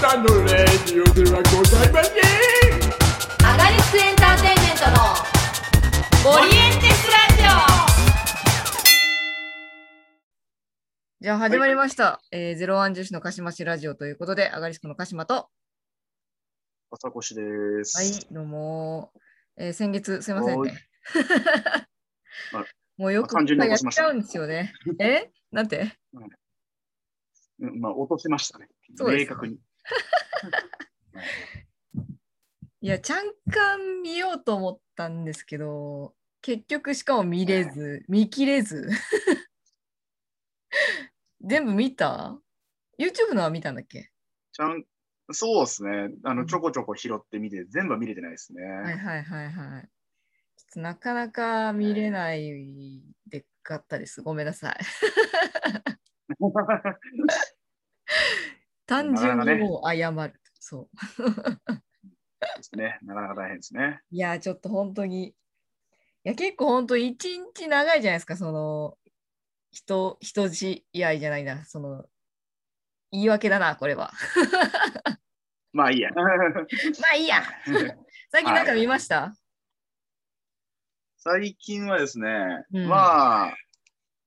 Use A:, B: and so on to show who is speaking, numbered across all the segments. A: さんのレディオではございません
B: アガリスクエンターテインメントのオリエンテスラジ
C: じゃあ始まりました。えー、ゼロワン女子の鹿島市ラジオということで、アガリスクの鹿島と、
D: 朝越です。
C: はい、どうもー、えー先月すいません
D: おーい
C: ね
D: あ。
C: もうよく
D: あ単純に
C: やっ
D: 落としまし
C: ち
D: た
C: ゃうんですよね。えなんて
D: うんまあ、落としましたね。
C: そうです
D: 明確 に。
C: いや、ちゃんかん見ようと思ったんですけど、結局しかも見れず、見切れず。 全部見た ?YouTube のは見たんだっけ
D: ちゃん、そうですね。あ
C: う
D: の、
C: ん
D: ちょこちょこ拾ってみて、全部は見れてないですね。
C: はいはいはいはい。ちょっとなかなか見れないでかったです。ごめんな さい。単純にもう謝る。そう。
D: ですね。なかなか大変ですね。
C: いや、ちょっと本当に。いや、結構本当、一日長いじゃないですか、その、人、人試合じゃないな、その、言い訳だな、これは。
D: まあいいや。
C: まあいいや。最近なんか見ました、
D: 最近はですね、
C: うん
D: まあ、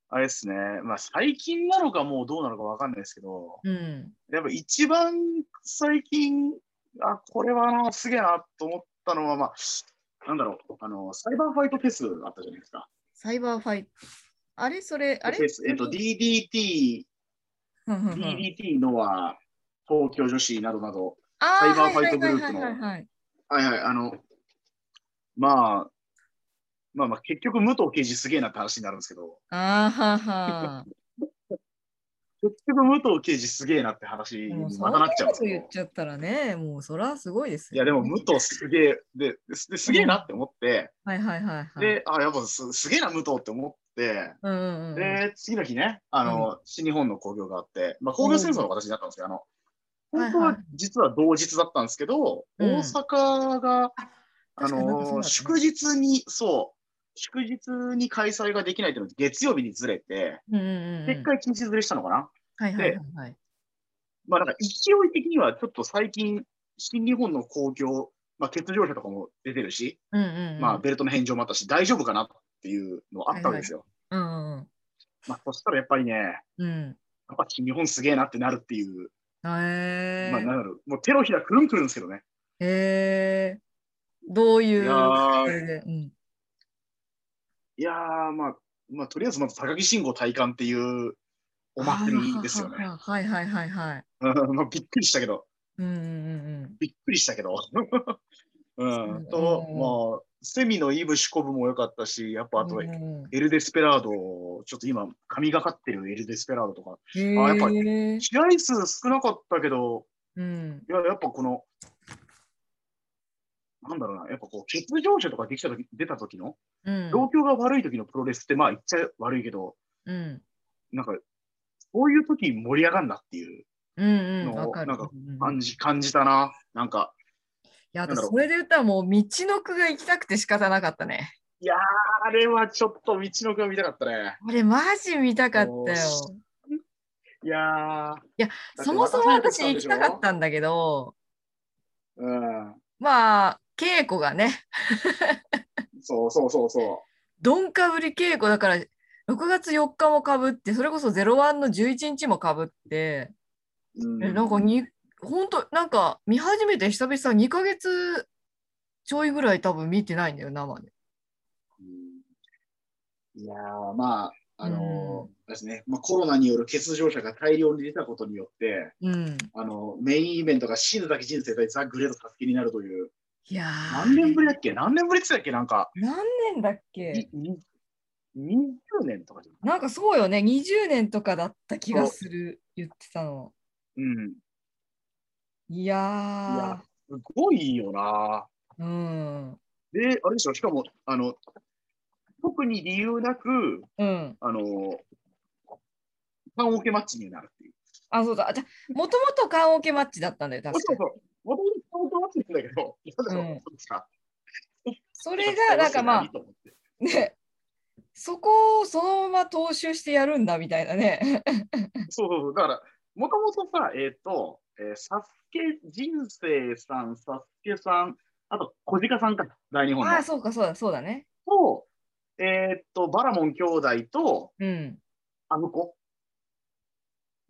D: あれですね。まあ、最近なのかもうどうなのかわかんないですけど、
C: うん。
D: やっぱ一番最近、あ、これはあの、すげえなと思ったのは、まあ、なんだろう、あの、サイバーファイトフェスあったじゃないですか。
C: サイバーファイト。あれそれ、あれ
D: フェスえっと、DDT
C: うんうんうん
D: DDT のは東京女子などなど、
C: あ
D: サイバーファイトグループの
C: はいはいはいはいはい
D: はいはい、あの、まあ、まあまあ、結局、武藤刑事すげえなって話になるんですけど、
C: あーはは。
D: 結局、武藤刑事すげえなって話に
C: もうそ
D: ま
C: ん
D: たなっ
C: な
D: ちゃうん
C: こ
D: で
C: と
D: すけ
C: 言っ
D: ど、
C: ちゃったらね、もうそらすごいです
D: いや、
C: よ。
D: でも、武藤すげえ、で、ですですげえなって思って、
C: はいはいはいはい。
D: で、あ、やっぱすすげえな、武藤って思って、
C: うんうんうん、
D: で、次の日ね、あの、新日本の興行があって、まあ、興行戦争は私だったんですけど、あの、
C: うん
D: 本当
C: はい
D: は
C: は
D: 実は同日だったんですけど、
C: うん
D: 大阪が、あ
C: 確かになんかそうだった
D: の、
C: ね
D: 祝日に、そう、祝日に開催ができないっていうのが月曜日にずれて、
C: うんうんうん、
D: 結果一日ずれしたのかな、
C: はいはいはいはい。
D: まあ、なんか勢い的にはちょっと最近、新日本の興行、まあ、欠場者とかも出てるし、
C: うんうんうん、
D: まあ、ベルトの返上もあったし、大丈夫かなっていうのはあったわけですよ。
C: うんうん
D: まあ、そしたらやっぱりね、
C: うん。
D: やっぱ新日本すげえなってなるっていう。
C: へえ
D: まあ、なんだろう、もう手のひらくるんくるんですけどね。
C: へえどういう
D: いやー
C: あれで、うん、
D: いやー、まあ、まあ、とりあえずまず高木慎吾体感っていうお祭りですよね。
C: あーはいはいはいはい。
D: うん まあ、びっくりしたけど、
C: うんうん
D: びっくりしたけど。 うん、
C: うん
D: と、まあ、セミのイブシコブも良かったし、やっぱあ
C: うん
D: と、
C: うん。
D: エ
C: うんうん
D: ル・デスペラード、ちょっと今、神がかってるエル・デスペラードとか、
C: へ
D: あやっぱ
C: え
D: 試合数少なかったけど、
C: うん
D: いや、やっぱこの、なんだろうな、やっぱこう、欠場者とかできた時出た時の、
C: うん
D: 状況が悪い時のプロレスって、まあ言っちゃ悪いけど、
C: うん
D: なんか、そういう時に盛り上がんなっていう
C: うんうん
D: の
C: わかる。
D: なんか
C: うんうんい
D: 感じ、感じたな。なんか、
C: や、あ
D: なんだ
C: と
D: ろう
C: それで言ったらもう道のくが行きたくて仕方なかったね。
D: あれはちょっと道のくが見たかったね。
C: あれマジ見たかったよ。
D: いやー。
C: いや
D: だって
C: そもそも私行きたかっ。
D: 渡されて
C: たんだけど、
D: たんでしょ
C: まあ、稽古がね、
D: うん。そうそうそうそ
C: どんかぶり稽古だから、6月4日もかぶって、それこそ01の11日もかぶって、
D: う。うん
C: えなんかに、本当なんか見始めて久々2ヶ月ちょいぐらい多分見てないんだよ、生で。
D: うんいやー、まあ、あのーですね、まあ、コロナによる欠場者が大量に出たことによって、
C: うん。
D: あのメインイベントが死ぬだけ人生でザ・グレート・サスケになるという、
C: いやー
D: 何年ぶりだっけ何年ぶりって言ってたっけなんか、
C: 何年だっけ
D: いい20年とかじゃない
C: なんかそうよね、20年とかだった気がする、言ってたの。
D: うん。
C: いや
D: すごいよな。
C: ー、うん。
D: で、あれでしょ、しかも、あの、特に理由なく、
C: うん。
D: あの、缶オケマッチになるっていう。
C: あ、そうだ。あじゃもともと缶オケマッチだったんだよ、
D: も
C: 確
D: ち
C: か
D: ろん
C: に。
D: そう、もともと缶オケマッチなんだけど、
C: うん
D: なんだろうそうですか
C: それが、なんかまあ、、ね、そこをそのまま踏襲してやるんだみたいなね。
D: そうそうそう、だから、もともとさ、えっ、と、えー、サスケ人生さん、サスケさん、あと、小鹿さんか、大日本の
C: ああ、。そうか、そうだ、そうだね。
D: と、えっ、と、バラモン兄弟と、
C: うん。
D: あの子、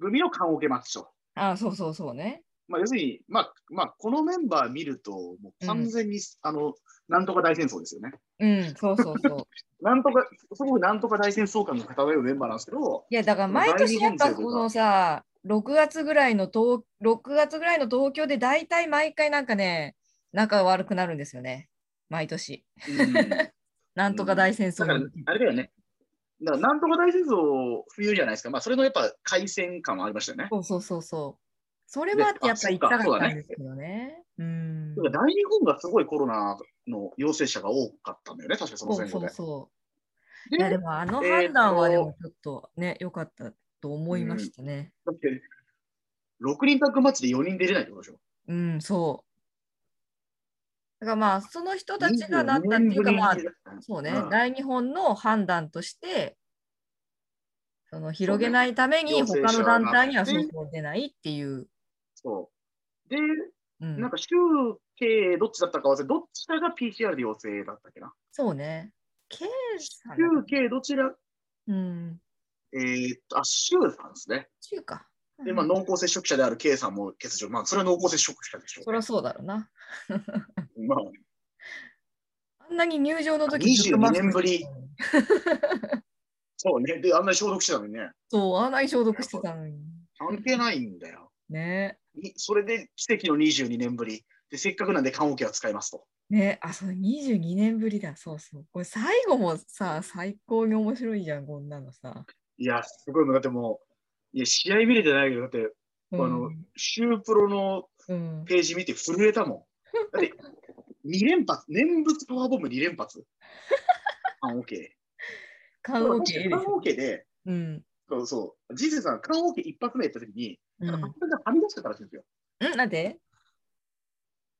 D: 組の缶オケマッチョ。
C: ああ、そうそうそうね。
D: まあ、要するに、まあ、まあ、このメンバー見ると、もう完全に、あの、なんとか大戦争ですよね。
C: うん、そうそうそう。
D: なんとか、すごくなんとか大戦争感が漂うメンバーなんですけ ど、
C: いや、だから毎年やっぱこのさ、6月ぐらいの東、6月ぐらいの東京で大体毎回なんかね、仲悪くなるんですよね。毎年。
D: うん、だ
C: なんとか大戦争
D: から、あれだよね。だから、なんとか大戦争、冬じゃないですか。まあ、それのやっぱ、海戦感はありましたよね。
C: そうそうそうそう。それは
D: であ
C: やっぱ行きた
D: そ
C: かっ
D: うかそうだ
C: た
D: ね
C: んですけどね。うん。
D: だから大日本がすごいコロナの陽性者が多かったんだよね、確かその
C: そうそ
D: 戦後で
C: う。そ
D: で
C: う。いや、でもあの判断はでもちょっとね、良かったと思いましたね。
D: だって、6人タッグマッチで4人出れないってことでしょ。
C: うん、そう。だからまあ、その人たちがなったっ
D: 22
C: て
D: 年
C: いう
D: ぶ
C: か、
D: りに
C: まあ
D: 出、れた
C: そうね、
D: うん
C: 大日本の判断として、その広げないために
D: 陽性者
C: 他の団体には
D: がな
C: そ
D: っ
C: う
D: て
C: そう出ないっていう。
D: そう。で、
C: うん
D: なんか、州系どっちだったか忘れ、どっちかが PCR で陽性だったっけな。
C: そうね。ケイさんだ
D: 州系どちら、
C: うん。
D: えーっと、あ、州さんですね。
C: 中か。
D: で、まあ、
C: うん
D: 濃厚接触者である K さんも欠場。まあ、それは濃厚接触者でしょ
C: そりゃそうだろうな。
D: う。まあ、
C: あんなに入場の時
D: 22
C: ずっとマスク
D: 年ぶり
C: してたのに
D: そうね。で、あんなに消毒してたのにね、
C: そう、あんなに消毒してたのに。
D: 関係ないんだよ。
C: ね
D: にそれで奇跡の22年ぶり。で、せっかくなんで、缶オケは使いますと。
C: ねあ、そう、22年ぶりだ。そうそう。これ最後もさ、最高に面白いじゃん、こんなのさ。
D: いや、すごいもう、だってもう、いや、試合見れてないけど、だって、
C: うん
D: あの、シュープロの
C: うん、
D: ページ見て震えたもん。だって、2連発、念仏パワーボム2連 発。缶オケ。
C: 缶オケエリ
D: 缶オケで、
C: ス。うん。
D: そうそう、ジゼさん、缶オケ一発目やった時に、
C: うん。
D: なんか発がはみ出してたらしいんですよ。
C: んなんで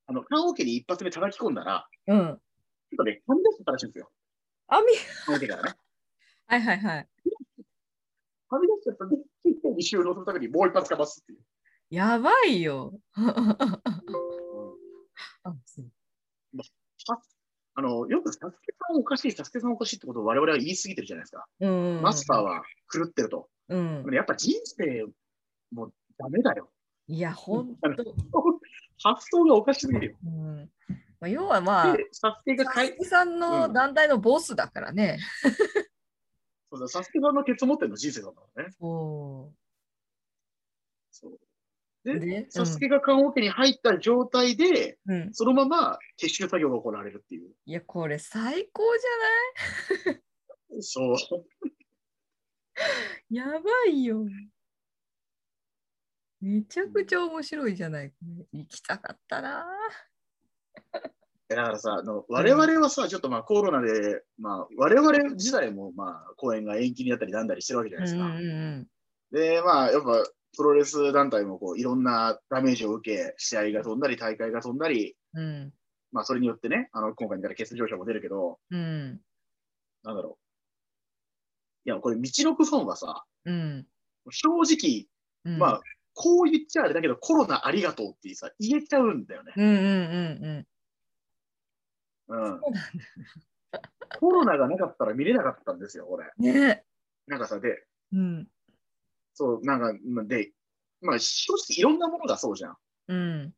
D: あの、缶オケに一発目叩き込んだら、
C: うん。
D: ちょっとね、はみ出してたらしいんですよ。
C: あ、み、
D: 缶オケからね。
C: はいはいはい。
D: はみ出しちゃったんで、一回に収納するためにもう一発かますっていう。
C: やばいよ。あそう
D: ああのよくサスケさんおかしい、サスケさんおかしいってことを我々は言い過ぎてるじゃないですか。
C: うん。
D: マスターは狂ってると。
C: うん
D: でも。ねやっぱ人生もダメだよ。
C: いや、ほんと。
D: 発想がおかしすぎるよ。
C: うん。まあ、要はまあ、
D: で、サスケがか
C: サ
D: い
C: スケさんの団体のボスだからね。
D: そうだサスケさんのケツ持ってるの人生なんだからね。
C: そ
D: そう
C: う。
D: で、
C: で、
D: サスケが棺桶に入った状態で、
C: うん、うん。
D: そのまま撤収作業が行われるっていう。
C: いや、これ最高
D: そう。
C: じゃないやばいよ。めちゃくちゃ面白いじゃない。これ行きたかったな。
D: だからさ、あの我々はさ、ちょっとまあコロナで、まあ我々自体もまあ公演が延期になったりなんだりしてるわけじゃ
C: う
D: ないですか。
C: ん。
D: で、まあ、やっぱプロレス団体もこういろんなダメージを受け、試合が飛んだり、大会が飛んだり、
C: うん。
D: まあ、それによってね、あの今回みたいな欠場者も出るけど、
C: うん。
D: なんだろう。いや、これ、道のくファンはさ、
C: うん。
D: 正直、
C: うん。
D: まあ、、こう言っちゃあれだけど、コロナありがとうってさ、言えちゃうんだよね。
C: うんうんうんうん。
D: う
C: う
D: ん
C: なんだ。
D: コロナがなかったら見れなかったんですよ、俺。
C: ね。
D: なんかさ、で、
C: うん。
D: そう、なんか、まあで、まあ、正直いろんなものがそうじゃん。
C: うん。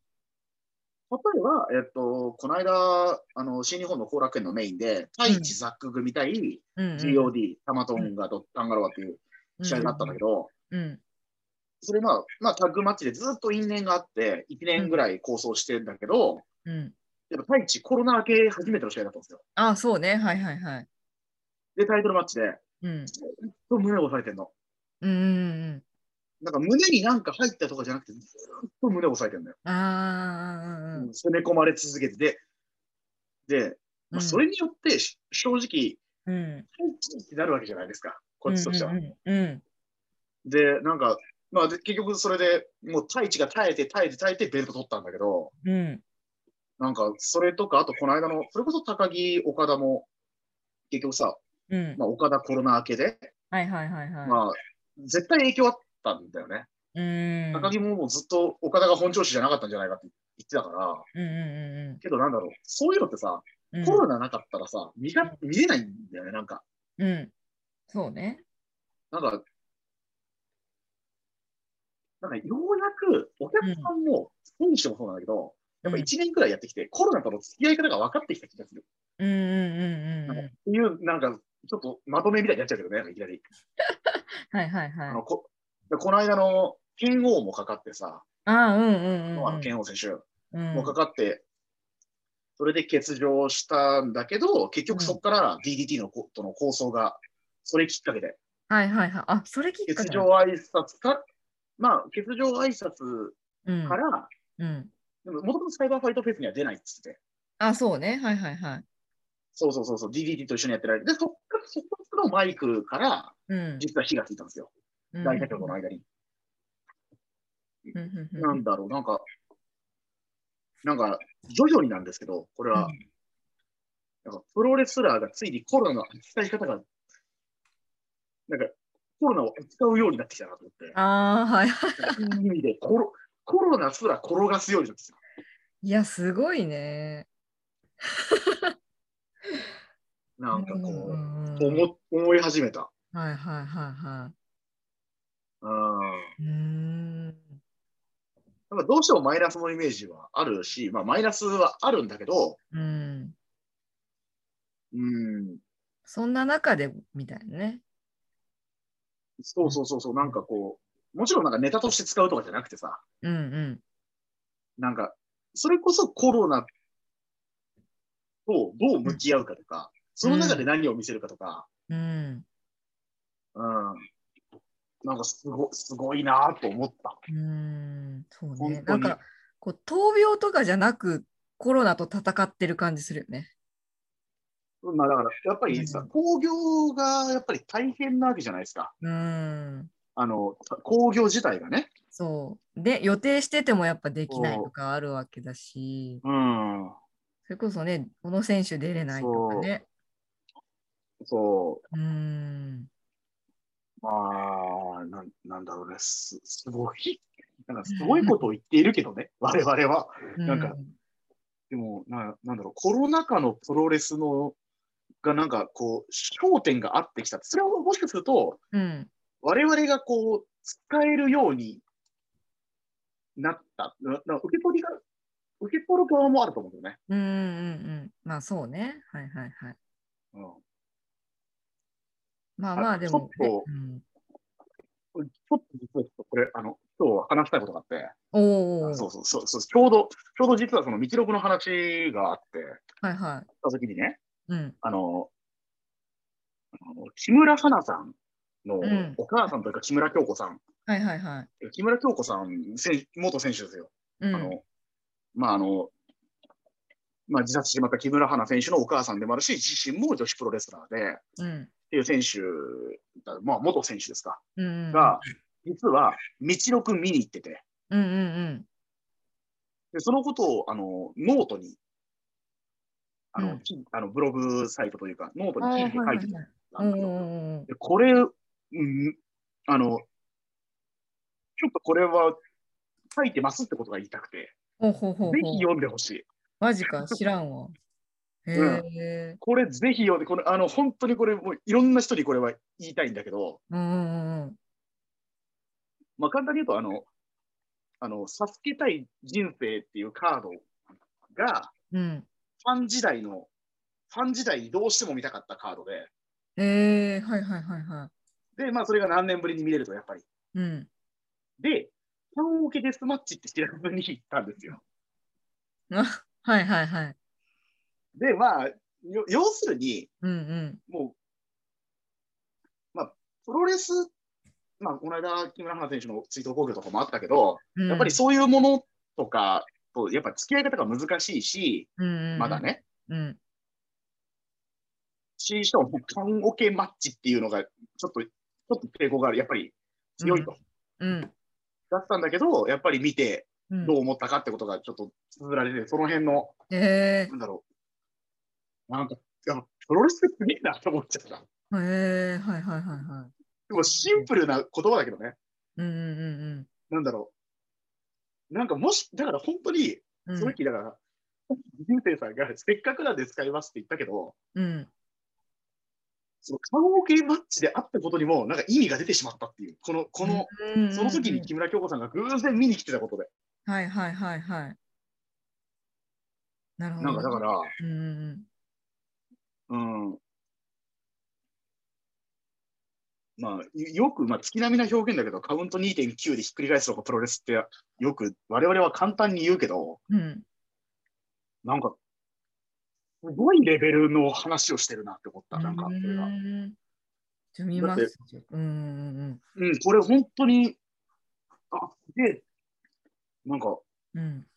D: 例えば、えっと、この間、あの、新日本の後楽園のメインで、太一ザック組対
C: うん。
D: GOD、タマトンガとタンガロアっていう試合があったんだけど、
C: うん。
D: それまあ、まあ、タッグマッチでずっと因縁があって、1年ぐらい構想してんだけど、
C: うん。
D: やっぱ太一コロナ明け初めての試合だったんですよ。
C: あ、そうね。はいはいはい。
D: で、タイトルマッチで、
C: うん。
D: 胸を押されてんの。
C: うんうん
D: なんか胸になんか入ったとかじゃなくて、ずっと胸を押さえてんだよ。
C: うん。ああ。
D: 攻め込まれ続けてて、で、まあ、それによって、し正直、
C: うん。
D: 太一ってなるわけじゃないですか、こっちとしては。
C: うんうん
D: で、なんか、まあ、で結局それでもう太一が耐えて耐えて耐えてベルト取ったんだけど、
C: うん。うん。
D: なんかそれとか、あとこの間の、それこそ高木、岡田も、結局さ、
C: うん。
D: まあ、岡田コロナ明けで、
C: はいはいはいはい。
D: まあ、絶対影響あったんだよね。
C: うん。うん
D: 高木ももうずっと岡田が本調子じゃなかったんじゃないかって言ってたから、
C: うんうん
D: けどなんだろう、そういうのってさ、
C: うん。
D: コロナなかったらさ、見が見れないんだよね、なんか。
C: うん。そうね。
D: なんか、なんかようやくお客さんも、選手もそうなんだけど、やっぱ1年くらいやってきて、コロナとの付き合い方が分かってきた気がする。
C: うんうんうんうん
D: なんかっ
C: う
D: ていう、なんか、ちょっとまとめみたいになっちゃうけどね、なんかいきなり。
C: ん。はいはい
D: あ
C: はい
D: の。ここの間の剣王もかかってさ、
C: ああ、うんうんうんうん。
D: あの剣王選手、
C: うん
D: もうかかって、それで欠場したんだけど、結局そこから DDT のことの構想が、それきっかけで、
C: はいはいはい。あ、それきっか
D: 欠
C: けな
D: 場
C: んだ。
D: 挨拶か、まあ、欠場挨拶
C: うん
D: から、
C: うん。
D: でもともとサイバーファイトフェスには出ないっつってて、
C: あ、そうね。はいはいはい。
D: そうそうそうそう、DDT と一緒にやってられる。で、そこから、そこのマイクから、
C: うん。
D: 実は火がついたんですよ、
C: うん
D: 大社長との間に。
C: うんうんうん
D: なんだろう、なんか、なんか、徐々になんですけど、これは、
C: う
D: なんかプロレスラーがついにコロナの扱い方が、なんか、コロナを扱うようになってきたなと思って、
C: ああ、はいはい。
D: いい意味でコロ、コロナすら転がすようになってきた。
C: いや、すごいね。
D: なんかこ
C: う
D: う、
C: んうんうん
D: 思思い始めた。
C: はいはいはいは
D: うん。
C: い。うーん。
D: なんかどうしてもマイナスのイメージはあるし、まあ、マイナスはあるんだけど、
C: うん。
D: うん、
C: そんな中で、みたいなね。
D: そうそうそうそう、なんかこう、もちろんなんかネタとして使うとかじゃなくてさ、
C: うんうん。
D: なんか、それこそコロナとどう向き合うかとか、その中で何を見せるかとか、
C: うん、
D: うん、なんかすごすごいなと思った。
C: うーん、そう
D: 本当
C: ね。
D: に
C: なんか、こう、闘病とかじゃなく、コロナと戦ってる感じするよね。
D: まあだから、やっぱり
C: う
D: さ、工業がやっぱり大変なわけじゃないですか。
C: うーん、
D: あの、工業自体がね。
C: そう。で、予定しててもやっぱできないとかあるわけだし、
D: うん。
C: それこそね、この選手出れないとかね。
D: そう
C: ーん、
D: う。まあ、なんなんだろうね。すすごい。なんかすごいことを言っているけどね、我々は。なんかでもな、なんだろう、コロナ禍のプロレスのがなんかこう、焦点があってきた。それはもしかすると、
C: うん、
D: 我々がこう、使えるようになった。なな受け取りが、受け取る側もあると思うんだよね。
C: うん、うん、うんうん。まあそうね。はいはいはい。
D: う
C: まあ
D: あ
C: まあでも、
D: ちょっと
C: うん、
D: ん、ちょっと実はちょっとこれ、あの、今日話したいことがあって、
C: お
D: そ
C: お
D: う、そうそうそう、ちょうど、ちょうど実はその、道のくの話があって、
C: はいは
D: た時にね、
C: い。うん、
D: あの、あの木村花さんの
C: ん
D: お母さんというか、木村京子さん
C: はいはいはい。
D: 木村京子さん、選元選手ですよ。
C: うん、
D: あの、まあ、あの、まあ、自殺してしまった木村花選手のお母さんでもあるし、自身も女子プロレスラーで、っ
C: うん、
D: ていう選手だ、まあ、元選手ですか、
C: うん、
D: が、実は、道のくん見に行ってて、
C: うん、うん、うん、
D: でそのことを、あの、ノートに、あの、
C: うん
D: きあのブログサイトというか、ノート
C: あーはい
D: に
C: はい
D: 記事書
C: はいい
D: てたん
C: うんう
D: ですよ
C: んうん
D: でこれ、うん、あの、ちょっとこれは書いてますってことが言いたくて、
C: ほうほうほうほう
D: ぜひ読んでほしい。
C: マジか、知らん わ。へえ。
D: これぜひ読んで、これあの本当にこれもういろんな人にこれは言いたいんだけど、
C: うんうんうん。
D: まあ、簡単に言うとあの、あの、助けたい人生っていうカードが、
C: うん。
D: ファン時代の、ファン時代にどうしても見たかったカードで、
C: えー、はいはいはいは
D: で、まあそれが何年ぶりに見れるとやっぱり。
C: い。うん。
D: で、ファンオケデスマッチって調べに行ったんですよ。
C: あはいはいはい。
D: で、まあ、よ要するに、
C: うんうん。
D: もう、まあ、プロレス、まあ、この間、木村花選手の追悼興行とかもあったけど、
C: うん
D: やっぱりそういうものとかと、やっぱ付き合い方が難しいし、
C: うんうんうん
D: まだ。ね、
C: うん。
D: ししかも、缶オケマッチっていうのが、ちょっと、ちょっと抵抗がある、やっぱり強いと。
C: うん。
D: だったんだけど、やっぱり見て、
C: うん
D: どう思ったかってことがちょっと綴られて、その辺の、
C: え
D: なんだろう、なんか、やっぱプロレスってすげえなと思っちゃった。
C: ー、えー、はいはいはいはい。
D: でも、シンプルな言葉だけどね。
C: うんうんうんうん。
D: なんだろう。なんかもし、だから本当に、
C: うん
D: その時だから、人生さんがせっかくなんで使いますって言ったけど、
C: うん。
D: そのカラオケマッチであったことにも、なんか意味が出てしまったっていう、この、この、
C: うん
D: その時に木村京子さんが偶然見に来てたことで、
C: はいはいはいはい。なるほど。
D: なんかだから、
C: うんうん
D: うん。まあ、よよく、まあ、月並みな表現だけど、カウント2.9でひっくり返すのがプロレスって、よく我々は簡単に言うけど、
C: うん。うん。
D: なんか、すごいレベルの話をしてるなって思った、なんか、これが
C: う。んちょ見ます。うんうん
D: うん、これ本当に、あ、で、なんか、
C: うんうん。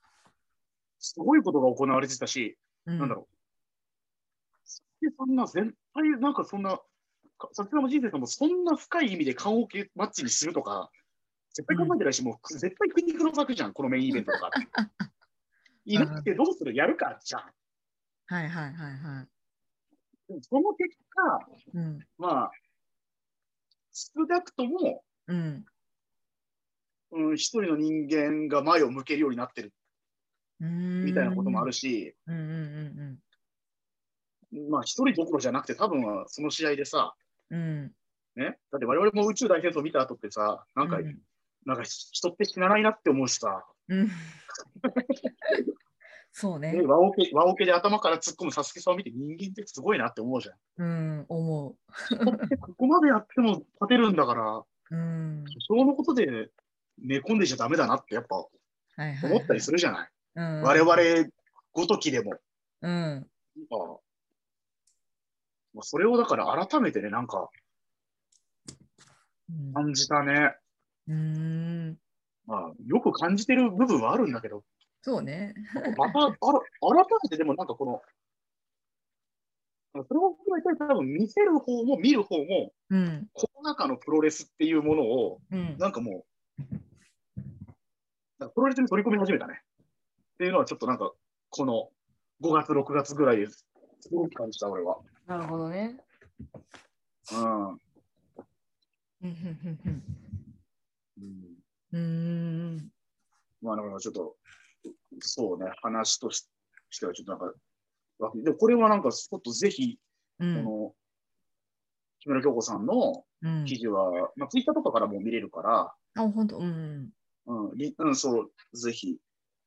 D: すごいことが行われてたし、
C: うん。
D: なんだろう。佐々木さんが全体、なんかそんな、か佐々木さんも人生さんもそんな深い意味で棺桶マッチにするとか、絶対考えてないし、もうく絶対苦肉の策じゃん、このメインイベント とかって。いなくてどうするやるかじゃん。
C: はいはいはいは
D: でもその結果、
C: い。うん
D: まあ、少なくとも、
C: うん。
D: うん、一人の人間が前を向けるようになってる
C: うん
D: みたいなこともある
C: し。
D: し、
C: うんうんうん
D: まあ一人どころじゃなくて、多分その試合でさ、
C: うん。うん。
D: ね、だって我々も宇宙大戦争見た後ってさ、なんか、
C: うん
D: なんか人って死なないなって思うしさ、
C: うん。そうね
D: ね、。和オケ和オケで頭から突っ込むサスケさんを見て人間ってすごいなって思うじゃん。
C: うん、思
D: 人ってここまでやっても勝てるんだから、
C: う。うん。
D: 多少のことで寝込んでちゃダメだなってやっぱ
C: はいはい。
D: 思ったりするじゃない。
C: うん。
D: 我々ごときでも。
C: うん。
D: まあまあ、それをだから改めてね、なんか
C: うん
D: 感じたね。
C: うん。
D: まあ、よく感じてる部分はあるんだけど、
C: そうね。
D: また、あら改めてでもなんかこの、それを含めて多分見せる方も見る方も、
C: うん。
D: この中のプロレスっていうものを、
C: うん。
D: なんかもう、なんかプロレスに取り込み始めたね。っていうのはちょっとなんか、この5月、6月ぐらいです。すごく感じた、俺は。
C: なるほどね。
D: うん。
C: うんうんうんうん
D: うん
C: うーん。
D: まあ、だからちょっと、そうね、話とししてはちょっとなんか、わでもこれはなんか、ちょっとぜひ、
C: う
D: こ
C: ん。
D: の、木村京子さんの
C: うん
D: 記事は、まあ、ツイッターとかからも見れるから、
C: あ、本当。うん。
D: うん、りうん、そう、ぜひ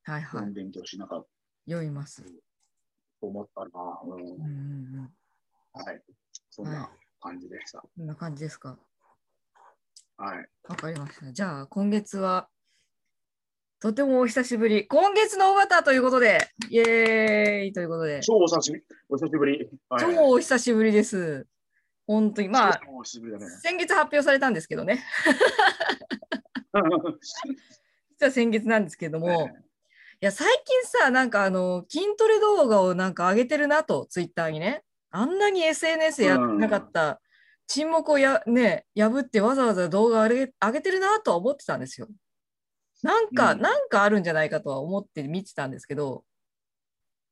C: はいは
D: 読ん
C: い。
D: でみてほしいなかと
C: 酔います。
D: 思ったな、う
C: うん
D: ん
C: うんうん。
D: はい。そんな感じでした。
C: こんな感じですか。
D: はい。
C: わかりました。じゃあ、今月は、とてもお久しぶり。今月のおバタということで、イエーイということで、
D: 超お久しぶり。お久しぶり。はい、
C: 超お久しぶりです。本当に、まあ、
D: 超お久しぶりだね。
C: 先月発表されたんですけどね。実は先月なんですけども、いや最近さなんかあの筋トレ動画をなんか上げてるなとツイッターにねあんなに SNS やってなかった、沈黙をや、ね、破ってわざわざ動画上げ上げてるなとは思ってたんですよ。なんか、
D: うん
C: なんかあるんじゃないかとは思って見てたんですけど、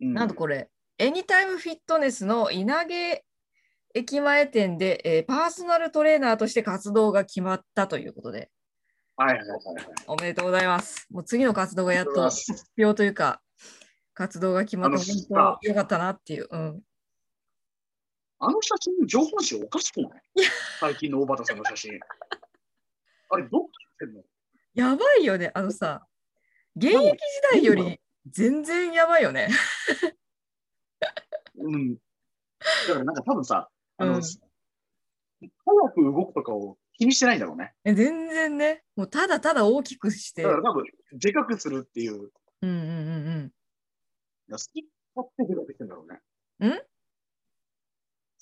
D: うん
C: なんとこれ、エニタイムフィットネスの稲毛駅前店で、えーパーソナルトレーナーとして活動が決まったということで、
D: はいはいはいはい。
C: おめでとうございます。もう次の活動がやっ
D: ありがとうござい
C: と
D: ます
C: 発表というか、活動が決まった
D: あの
C: 本当よかったなっていう。うん、
D: あの写真、情報誌おか しくない最近の大畑さんの写真。あれ、どこ撮ってんの
C: やばいよね、あのさ、現役時代より全然やばいよね。
D: うん。だからなんか多分さ、あの、
C: うん
D: 早く動くとかを気にしてないんだろうね。
C: え全然ね、もうただただ大きくして。
D: だ
C: う
D: か
C: ん
D: ら多分、でかくするっていう、
C: うんうん
D: 好き勝手でかくしてんだろうね。
C: ん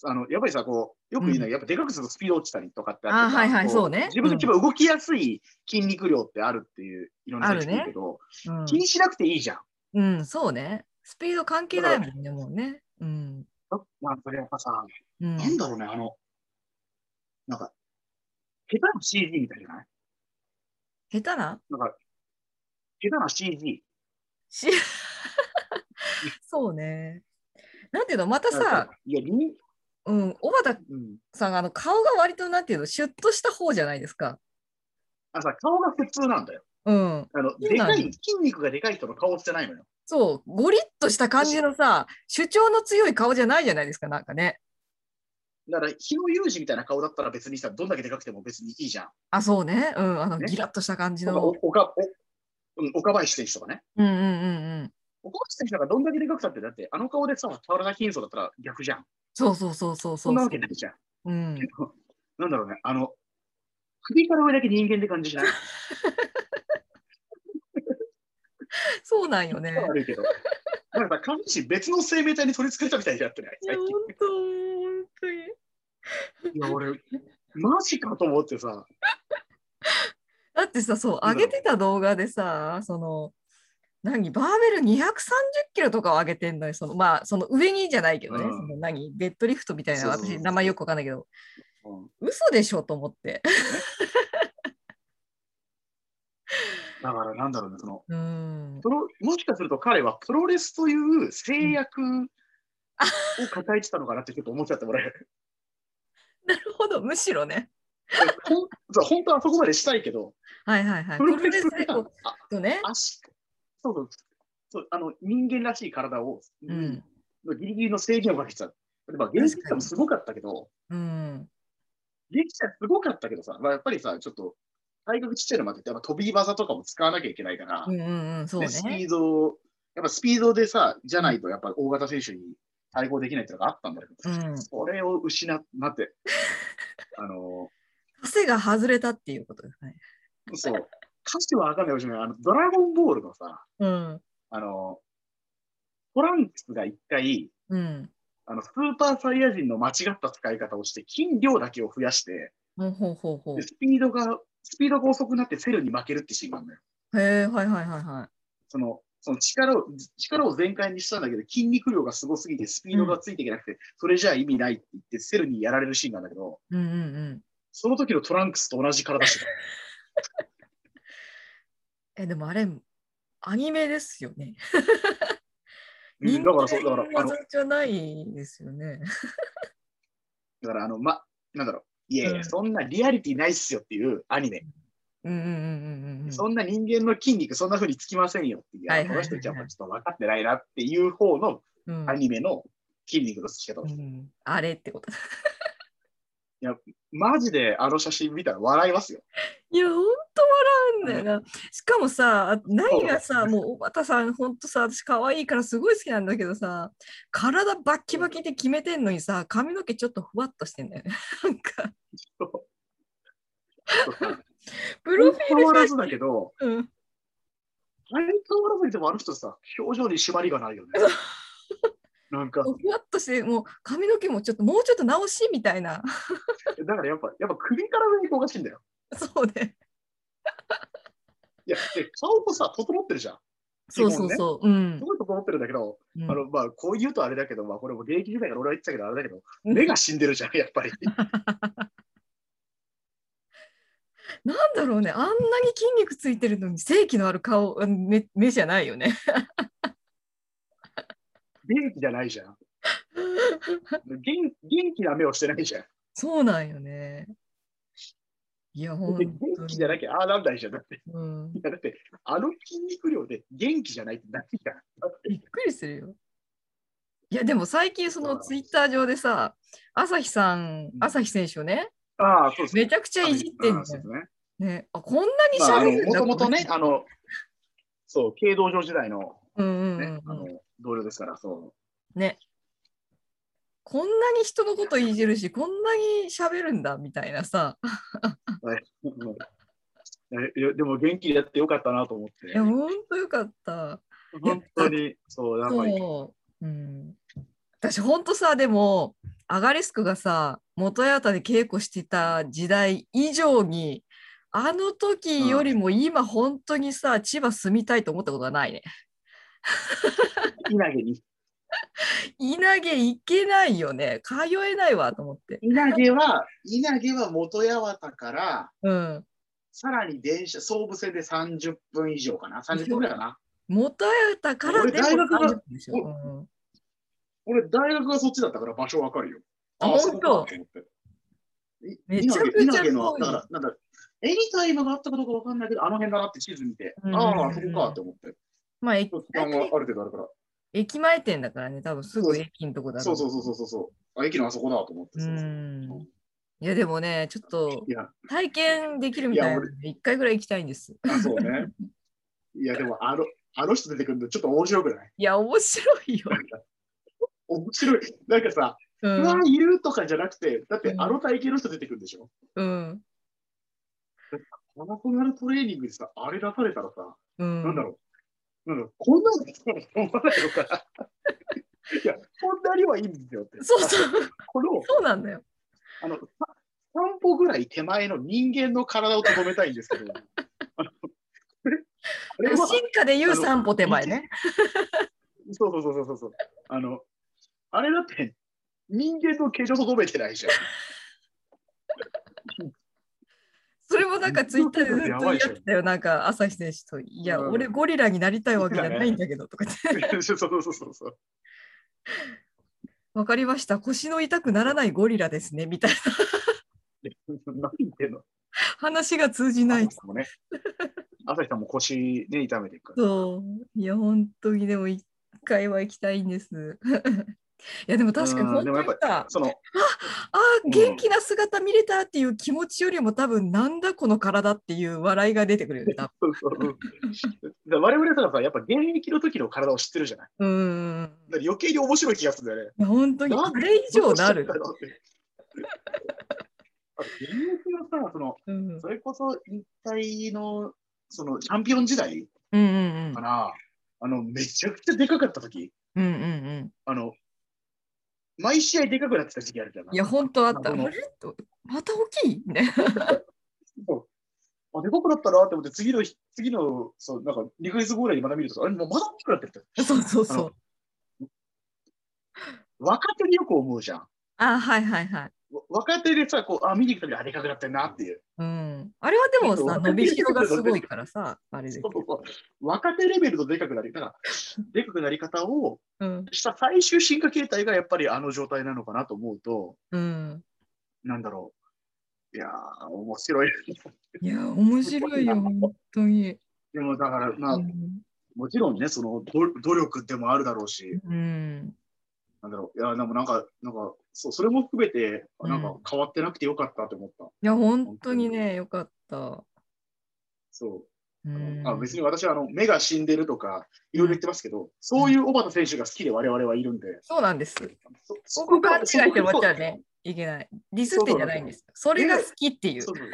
D: あの、やっぱりさ、こう、よく言うのは、やっぱでかくするとスピード落ちたりとかってってさ
C: あはいはい
D: こ
C: そうね
D: 自分の一番動きやすい筋肉量ってあるっていう、いろんな
C: あるね
D: 人聞くけど、
C: うん。
D: 気にしなくていいじゃん。
C: うん、うん、そうね。スピード関係ないもんね、もうね。うん。
D: まあ、それやっぱさ、
C: うん、
D: なんだろうね、あの、なんか、下手な CG みたいじゃない
C: 下手な
D: なんか、下手な CG。
C: しそうね。なんていうの、また
D: なん
C: さ、
D: か、いや、りん、
C: うん、小畑
D: うん。
C: さんがあの顔が割となんていうのシュッとした方じゃないですか。
D: あさ、顔が普通なんだよ。
C: うん。
D: あの、
C: そう
D: で
C: なんだ
D: かい、筋肉がでかい人の顔してないのよ。
C: そう、ゴリッとした感じのさ、主張の強い顔じゃないじゃないですか、なんかね。
D: だから、日野裕二みたいな顔だったら別にさ、どんだけでかくても別にいいじゃん。
C: あ、そうね。うん、あの、
D: ね
C: ギラッとした感じ
D: とかお
C: の。
D: おか、お、うん、岡林選手とかね。
C: うんうんうんうん。
D: 岡林選手なんかどんだけでかくたって、だって、あの顔でさ、俵田金層だったら逆じゃん。
C: そうそうそうそう
D: そ
C: そ
D: ん
C: う
D: なわけないじゃん。
C: う ん。
D: なんだろうね、あの、首から上だけ人間って感じしない。
C: そうなんよね。い
D: 悪いけど。なんかさ、上司別の生命体に取り付かれたみたいになってない。
C: や、
D: 最
C: 本
D: 近
C: 当本当に。
D: いや、俺、マジかと思ってさ、
C: だってさ、そう、
D: うん
C: 上げてた動画でさ、その、何、バーベル230キロとかを上げてんのよ。その、まあ、その上にじゃないけどね。
D: うん
C: その何、デッドリフトみたいな、
D: そうそうそう
C: 私、名前よくわかんないけど、
D: うん
C: 嘘でしょと思って。
D: だからなんだろうね、その、
C: うん。
D: プロもしかすると彼はプロレスという制約を抱えてたのかなってちょっと思っちゃってもらえる。
C: なるほど、むしろね。
D: ほん そう本当はそこまでしたいけど、
C: はいはいはい。
D: プ
C: プ
D: ロ
C: ロレ
D: レス
C: ス
D: が
C: 最高
D: あ
C: とね。
D: 足、そうそうそうあの人間らしい体を、
C: うん。
D: ギリギリの制限をかけてた。でまあ、現実感もすごかったけど、
C: うん。
D: 現実感すごかったけどさ、まあ、やっぱりさ、ちょっと、体格ちっちゃいのもあって、やっぱ飛び技とかも使わなきゃいけないから、
C: うんうんうん。そう
D: でスピ
C: ね。
D: ードを、やっぱスピードでさ、じゃないと、やっぱ大型選手に対抗できないっていうのがあったんだけど、
C: うん。
D: それを失っ待って、 あの、
C: 汗が外れたっていうことですね。
D: そう、歌詞はわかんないかもしれない。あの、ドラゴンボールのさ、
C: うん。
D: あの、トランクスが一回、
C: うん。
D: あの、スーパーサイヤ人の間違った使い方をして、筋量だけを増やして、
C: ほうほうほうほ
D: でスピードが、スピードが遅くなってセルに負けるってシーンがあるのよ。
C: う。へえ、はいはいはいは
D: その、その力を、力を全開にしたんだけど、筋肉量がすごすぎてスピードがついていけなくて、それじゃあ意味ないって言って、セルにやられるシーンなんだけど、
C: い。うんうんうん。
D: その時のトランクスと同じ体してた。
C: え、でもあれ、アニメですよね。
D: うんだからそう、だから、あの、
C: 技じゃないですよね。
D: だからあの、ま、なんだろう、いやいや、
C: うん
D: そんなリアリティないっすよっていうアニメ、
C: うんうんうんうんうん。
D: そんな人間の筋肉そんな風につきませんよっていう、
C: はい
D: あ
C: はいはい
D: この
C: はい
D: 人じゃちょっと分かってないなっていう方の
C: うん
D: アニメの筋肉のつき方を、
C: うんあれってこと。
D: マジであの写真見たら笑いま すよ。
C: いや、ほんと笑うんだよな。しかもさ、何がさ、もう、小畑さん、ほんとさ、私、可愛いからすごい好きなんだけどさ、体バッキバキで決めてんのにさ、髪の毛ちょっとふわっとしてんだよ ね。なんか、プ
D: プ
C: ロフィー
D: 変わら
C: ル写
D: ずだけど、
C: 真。 うん
D: 相変わらずにでもあの人さ、表情に締まりがないよね。なんか、
C: ふわっとして、もう髪の毛もちょっと、もうちょっと直しみたいな。
D: だからやっぱ、やっぱ首から上におかしいんだよ。
C: そうね。
D: いや、で顔もさ、整ってるじゃん。
C: そうそうそう。うん
D: す。ごい整ってるんだけど、
C: うん
D: あの、まあ、こう言うとあれだけど、まあ、これも現役時代から俺は言ってたけど、あれだけど、
C: うん
D: 目が死んでるじゃん、やっぱり。
C: なんだろうね、あんなに筋肉ついてるのに、正気のある顔、うん目目じゃないよね。
D: 元気じゃないじゃん。元元気な目をしてないじゃん。
C: そうなんよね。いや、ほん
D: だって元気じゃなきゃああなんないじゃん。だって、
C: うん
D: い、やだってあの筋肉量で元気じゃないってないじゃん。だって
C: びっくりするよ。いや、でも最近、そ
D: そう
C: の
D: なんです
C: ツイッター上でさ、朝日さん、朝日選手をね、
D: ああ、そうですね。
C: めちゃくちゃいじってん
D: あ
C: じ
D: そ
C: ゃ
D: うんで。すね。
C: ね、あこんなに
D: まあ、あ
C: 喋
D: の
C: るん
D: も
C: だ
D: ともとね、
C: こ
D: あの、そう、軽道場時代の,、
C: の人うんうんう
D: ね
C: ん
D: あの
C: うん
D: 同僚ですから、そ
C: ね。こんなに人のこといじるし、こんなに喋るんだみたいな さ。
D: う。はいうんえいやでも元気でやってよかったなと思って
C: い、や、ほんとよかった。
D: 本当に、そう、やっぱり、
C: そう、うん、私ほんとさでもアガリスクがさ元八幡で稽古してた時代以上にあの時よりも今本当にさ、千葉住みたいと思ったことがないね。
D: 稲毛に、
C: 稲毛行けないよね通えないわと思って。
D: 稲毛は、稲毛は元八幡から、
C: うん、
D: さらに電車、総武線で30分以上かな、30分ぐらいかな。
C: 元八幡から
D: 俺
C: でも
D: 大学が
C: 30分でしょ。うん
D: 俺、大学がそっちだったから場所わかるよ。
C: あ
D: あ
C: 本当
D: そうかと思ってい
C: めちゃくちゃ
D: 稲毛の
C: 遠い
D: だから、なんだ、エニタイムがあったかどうかわかんないけど、あの辺だなって地図見て、
C: うん
D: ああ、そこかって思って。
C: まあ、駅
D: 時間はある程度あるから。
C: 駅前店だからね、多分すぐ駅のとこだろ
D: そうそうそうそうそうそう。あ、駅のあそこだと思って。
C: う
D: そうそう
C: うん。いや、でもね、ちょっと
D: いや、
C: 体験できるみたいなの
D: い
C: で、一回ぐらい行きたいんです。
D: あそうね。 いや、でも、あの、あの人出てくるのちょっと面白くない
C: いや、面白いよ。
D: 面白い。なんかさ、
C: う
D: うんわ、いるとかじゃなくて、だっ
C: う
D: て
C: ん
D: あの体型の人出てくるんでしょ
C: うん。
D: パナソナルトレーニングでさ、あれ出されたらさ、
C: うん。
D: なんだろう。なんだろう、こんなの 出たら思わないのかな。いや、こんなにはいいんですよって。
C: そうそう、
D: この、
C: そうなんだよ。
D: あの、さ散歩ぐらい手前の人間の体をとどめたいんですけど、あのこれ、あれは、
C: 進化で言う三歩手前 ね。
D: そうそうそうそうそう。あの、あれだって、人間の形状とどめてないじゃん。
C: それもなんかツイッターでずっと言い合ってたよ。なんか朝日選手と、いや、
D: うん
C: 俺ゴリラになりたいわけじゃないんだけど、とか言って。
D: そうそうそうそう。
C: わかりました。腰の痛くならないゴリラですね、みたいな
D: 何言ってんの
C: 話が通じない
D: 朝日。さんもね。朝日さんも腰ね、痛めてるから。
C: そう。いや、本当にでも一回は行きたいんです。 いや、でも確かに
D: うん
C: 本
D: でも
C: 当
D: や
C: に
D: っ
C: さ、
D: その、
C: ああ、元気な姿見れたっていう気持ちよりも多分、なんだこの体っていう笑いが出てくるよね、多
D: そうそうそうだから我々さ、やっぱ現役の時の体を知ってるじゃない。
C: 分。うん。
D: だから余計に面白い気がするんだよね。
C: いや本当に、
D: なん
C: あ
D: で
C: れ以上なる
D: ど。うしたんだろうってあと現役のさ、その、
C: うん。うん
D: それこそ引退の、その、チャンピオン時代
C: うん
D: かな、あの、めちゃくちゃでかかった時
C: うん。うんうん
D: あの、毎試合でかくなってた時期あるじゃな
C: うん。いや、本当あった。あ
D: あの
C: れとまた大きい ね。
D: あ、でかくなったなって思って、次の日、次の、そう、なんか、2ヶ月後ぐらいにまだ見ると、あれ、もうまだ大きくなってるって。
C: そうそうそう。
D: 若手によく思うじゃん。
C: あはいはいはい。
D: わ若手でさ、こう、あ、見に行くたびにあれでかくなってんなっていう。
C: うん。あれはでも
D: そう
C: さ、伸びしろがすごいからさ、あれで。
D: 若手レベルのでかくなり、だから、でかくなり方を
C: うん。
D: した最終進化形態がやっぱりあの状態なのかなと思うと、
C: うん。
D: なんだろう。いやー、面白い。
C: いや、面白いよ、本当に。
D: でもだから、ま
C: う
D: あ、
C: ん。
D: もちろんね、その努努力でもあるだろうし、
C: うん
D: なんだろう、いや、でもなんか、なんか、そう、それも含めて、
C: うん
D: なんか変わってなくてよかったと思った。
C: いや、本当にね、よかった。
D: そうう。
C: ん、
D: あ別に私はあの目が死んでるとか、いろいろ言ってますけど、そういう小畑選手が好きで我々はいるんで、
C: そうなんです。
D: そ
C: そ
D: そ
C: こ勘違いして思っちゃう
D: ね
C: ね。いけない。ディスってんじゃないんです。それが好きっていう
D: そう。そう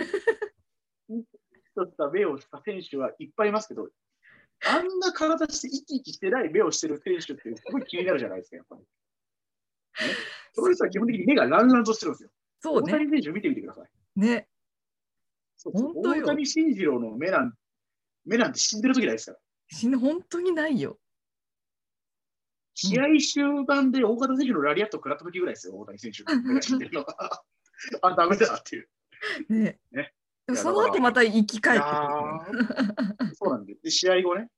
D: そうった目をした選手はいっぱいいますけど、あんな体して生き生きしてない目をしてる選手ってすごい気になるじゃないですか、やっぱ り。ね、その人は基本的に目がランランとしてるんですよ。
C: そう
D: 大
C: ね。
D: 谷選手見てみてください。
C: ね。
D: そうそう
C: 本当よ
D: 大谷慎二郎の目なん目なんて死んでる時ないですから。
C: 死ぬ、本当にないよ。
D: 試合終盤で大型選手のラリアットを食らった時ぐらいですよ、大谷選 手の目が死んでるの は。あ、ダメだっていう。
C: ね。
D: ね
C: でもその後また生き返ってくるから
D: いやーそうなんでで、試合後ね、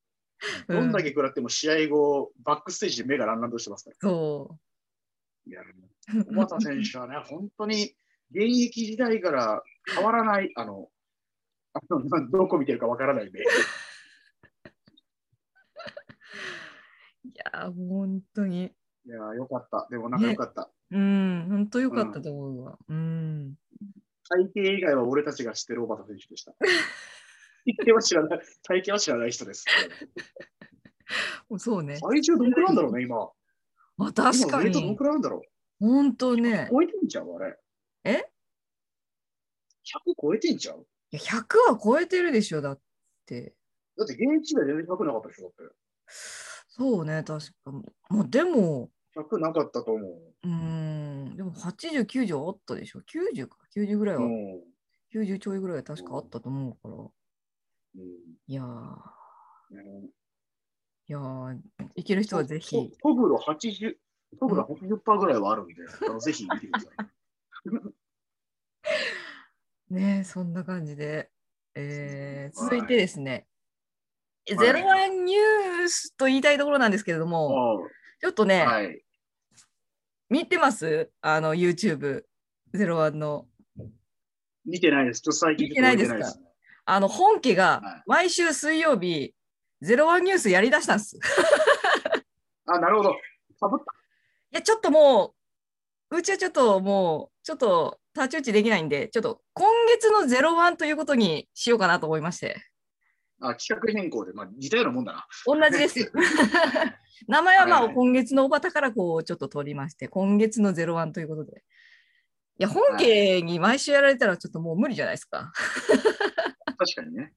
C: うん
D: どんだけ食らっても試合後、バックステージで目がランランとしてますから。
C: そ
D: いやー
C: う。
D: 小畑選手はね、本当に現役時代から変わらない、あの、あのどこ見てるかわからないんで、
C: いやー、本当に。
D: いやーよかった、でもなんかよかった。
C: うん、本当よかったと思うわ。うん。
D: 体型以外は俺たちが知ってる小畑選手 でした。体型は知らない、体型は知らない人です。
C: そうね。
D: 体重どのくらいなんだろうね、今。
C: まあ、確
D: 今
C: か
D: ウェイトどの
C: に。
D: くらいなんだろ
C: 本当ね
D: う。。超えてんちゃうあれ。
C: え
D: ?100 超えてんちゃう
C: いや100は超えてるでしょ、だって。
D: だって現役時代全然100なかったでしょ、だって。
C: そうね、確かに。まあ、でも、
D: 100なかったと思う。
C: うーん、でも80、90あったでしょ。90か、90ぐらいは、
D: うん。
C: 90ちょいぐらいは確かあったと思うから。
D: う
C: いやー、
D: ん、
C: いやー、行ける人はぜひ。
D: トトグロ80、トグロ80%ぐらいはあるんで、 あのぜひ見てください。
C: ねそんな感じで。えー
D: はい
C: 続いてですね、
D: い
C: ゼロワンニュースと言いたいところなんですけれど
D: あ
C: も、ちょっとね、
D: はい。
C: 見てますあの、YouTube、ゼロワンの。
D: 見てないです。ちょっと最近
C: 見てないですか
D: ちょっと見て
C: あの本家
D: はい
C: が毎週水曜日、ゼロワンニュースやりだしたんです。い
D: ないですねあ、なるほど。かぶった。
C: や、ちょっともう、うちはちょっともう、ちょっと太刀打ちできないんで、ちょっと今月のゼロワンということにしようかなと思いまして。
D: あ企画変更で、まあ、似たようなもんだな。
C: 同じ です。名前はま
D: はい
C: あ
D: はい
C: 今月のおばたからこうちょっと取りまして、今月のゼロワンということで。いや、本家に毎週やられたらちょっともう無理じゃないですか。
D: 確かにね。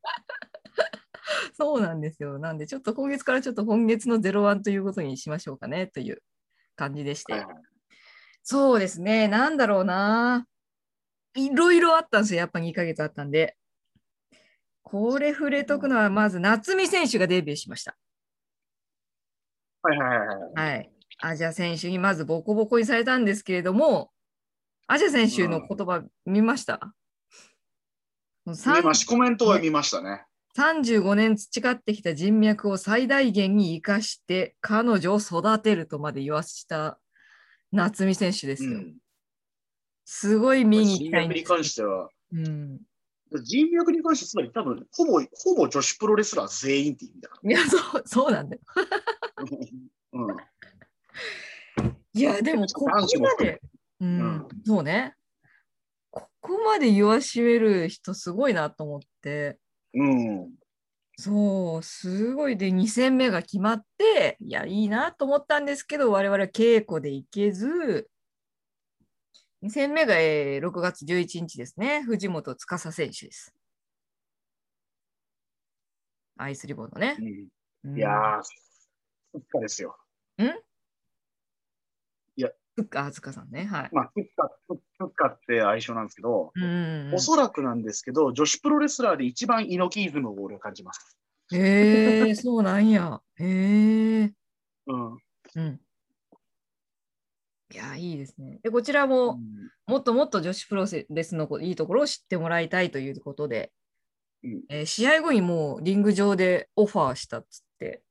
C: そうなんですよ。なんで、ちょっと今月からちょっと今月のゼロワンということにしましょうかねという感じでして。
D: はいはい
C: そうですね、なんだろうな。いろいろあったんですよ、やっぱ2ヶ月あったんで。これ触れとくのは、まず夏見選手がデビューしました。
D: はいはいはいはい。
C: はい。アジア選手にまずボコボコにされたんですけれども、アジア選手の言葉見ました、もう
D: 見
C: 三
D: ましコメントは見ましたね。
C: 35年培ってきた人脈を最大限に生かして彼女を育てるとまで言わした夏見選手です
D: う
C: よ。
D: ん。
C: すごい見に行
D: 人
C: きたいん
D: 脈
C: で
D: に
C: すよ
D: 関しては、
C: うん、
D: 人脈に関して、つまり多分、ほぼ、ほぼ女子プロレスラー全員って意味だか
C: いやそうそうなんだよ。
D: ら。うん。
C: いやでもここま
D: 男子も含め
C: で、うん
D: うん
C: そうねここまで言わしめる人すごいなと思って
D: うん。
C: そうすごいで2戦目が決まっていやいいなと思ったんですけど我々は稽古で行けず2戦目が、えー6月11日ですね藤本司選手です。アイスリボンのね
D: う。ん
C: うん
D: いやー、つっかですよ。
C: つっかあつかさんね。はい。
D: まあ、つっか、つつっかって相性なんですけど、
C: うんうんうん
D: おそらくなんですけど、女子プロレスラーで一番猪木イズムを俺は感じます。
C: へえ、そうなんや。へえ。
D: うん。
C: うん。いや、いいですね。で、こちらも、もっともっと女子プロレスのこいいところを知ってもらいたいということで、
D: うん
C: えー試合後にもうリング上でオファーしたっつって、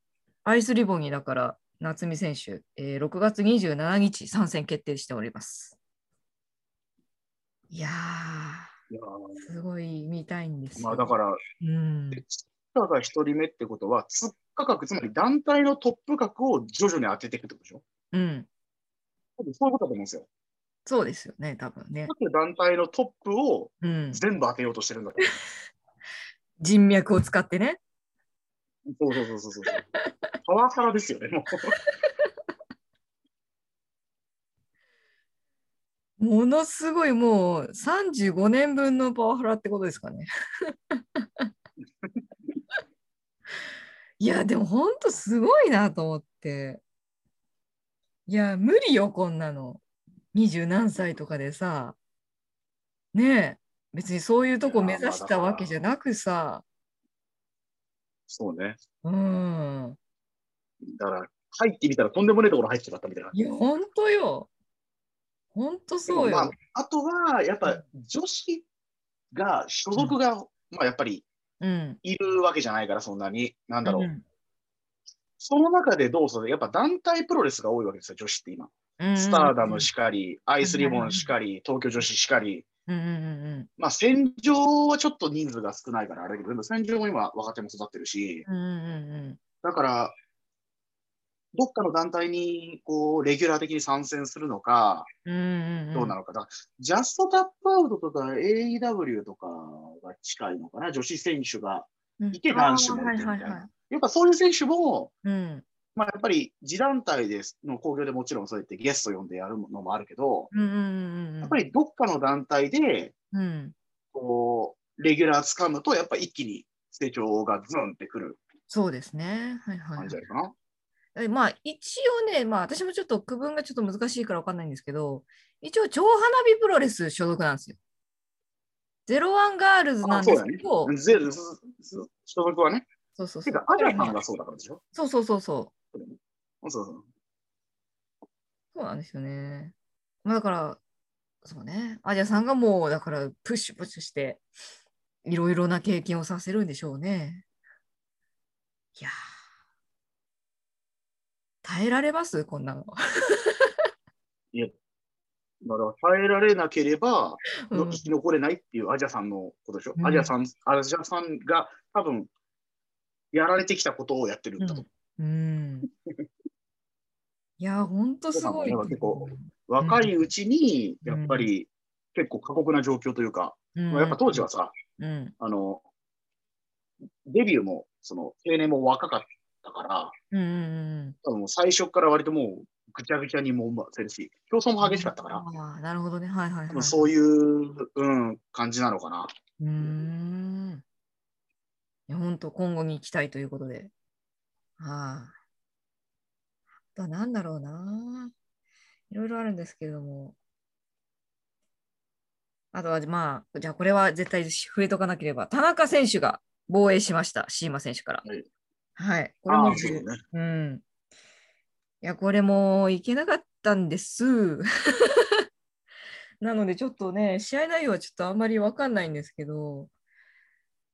C: アイスリボンにだから、夏美選手、えー6月27日、参戦決定しております。いや
D: いや
C: ー、すごい見たいんです
D: ー
C: よ。
D: まあ、だから、
C: うん、
D: でつっかが一人目ってことは、つっか格、つまり団体のトップ格を徐々に当てていくってことでしょ
C: うん、
D: 多分そういうことだと思うんですよ。
C: そうですよね、多分ね。
D: 各団体のトップを
C: うん、
D: 全部当てようとしてるんだから。
C: 人脈を使ってね。
D: そうそうそうそうそう。パワハラですよね、もう。
C: ものすごいもう35年分のパワハラってことですかね。 いやでもほんとすごいなと思って。いや無理よこんなの。二十何歳とかでさ。ねえ別にそういうとこ目指したわけじゃなくさ。
D: そうね。
C: うん。
D: だから、入ってみたらとんでもないところ入ってしまったみたいな。
C: いやほんとよ。ほんとそう
D: まあ
C: よ。、
D: あとは、やっぱ女子が、所属が、まあやっぱり
C: うん。
D: いるわけじゃないから、そんなに。なんだろう。
C: うん
D: その中でどうするやっぱ団体プロレスが多いわけですよ、女子って今。スターダムしかり、アイスリボンしかり、東京女子しかり。
C: うんうんうん
D: まあ戦場はちょっと人数が少ないからあれだけど、でも戦場も今若手も育ってるし、
C: うん。うんうんうんうん。
D: だから、どっかの団体にこうレギュラー的に参戦するのか、
C: うんうんうん
D: どうなのか。だからジャストタップアウトとか AEW とかが近いのかな、女子選手が。いて男子もいてみたいなやっぱそういう選手も、
C: うん
D: まあ、やっぱり次団体ですの興行でもちろんそうやってゲスト呼んでやるのもあるけど、
C: うんうんうんうん
D: やっぱりどっかの団体で、
C: うん
D: こう、レギュラー掴むと、やっぱ一気に成長がズンってくる
C: そうですね。はいは
D: 感
C: い
D: じ。あるかな。
C: えまあ一応ね、まあ私もちょっと区分がちょっと難しいからわかんないんですけど、一応超花火プロレス所属なんですよ。ゼロワンガールズな
D: あ
C: ん
D: そ
C: で
D: うだ
C: す
D: ね
C: けど、。
D: ゼル、所属はね。
C: そうそうそ
D: て
C: う
D: か、アジャさんがそうだからでしょ。
C: そうそうそうそう。
D: そうそう
C: そうなんですよね。まあだから、そうね。アジャさんがもう、だから、プッシュプッシュして、いろいろな経験をさせるんでしょうね。いやー耐えられますこんなの。
D: だから耐えられなければ、
C: うん
D: 生き残れないっていうアジャさんのことでしょ、
C: うん
D: アジャさん、アジャさんが多分、やられてきたことをやってるんだと思う
C: うん。いや、ほんとすごい。
D: そうなのね結構若いうちに、やっぱり、結構過酷な状況というか、
C: うん、
D: まあやっぱ当時はさ、
C: うん。
D: あの、デビューも、その、定年も若かったから、
C: うん。うん。
D: 多分もう最初から割ともう、ぐちゃぐちゃにもませるし、競争も激しかったから、
C: ああ、なるほどね。はいはい、は
D: 多
C: い。
D: 分そういう、うん、感じなのかな。
C: うーん。いや、本当今後に行きたいということで。はい、あ。とは何だろうな。いろいろあるんですけれども。あとは、まあ、じゃあこれは絶対触れとかなければ。田中選手が防衛しました。シーマ選手から。
D: はい
C: はい。これ
D: あ
C: も
D: あ、、そうね。
C: うん。いや、これもいけなかったんです。 なので、ちょっとね、試合内容はちょっとあんまりわかんないんですけど、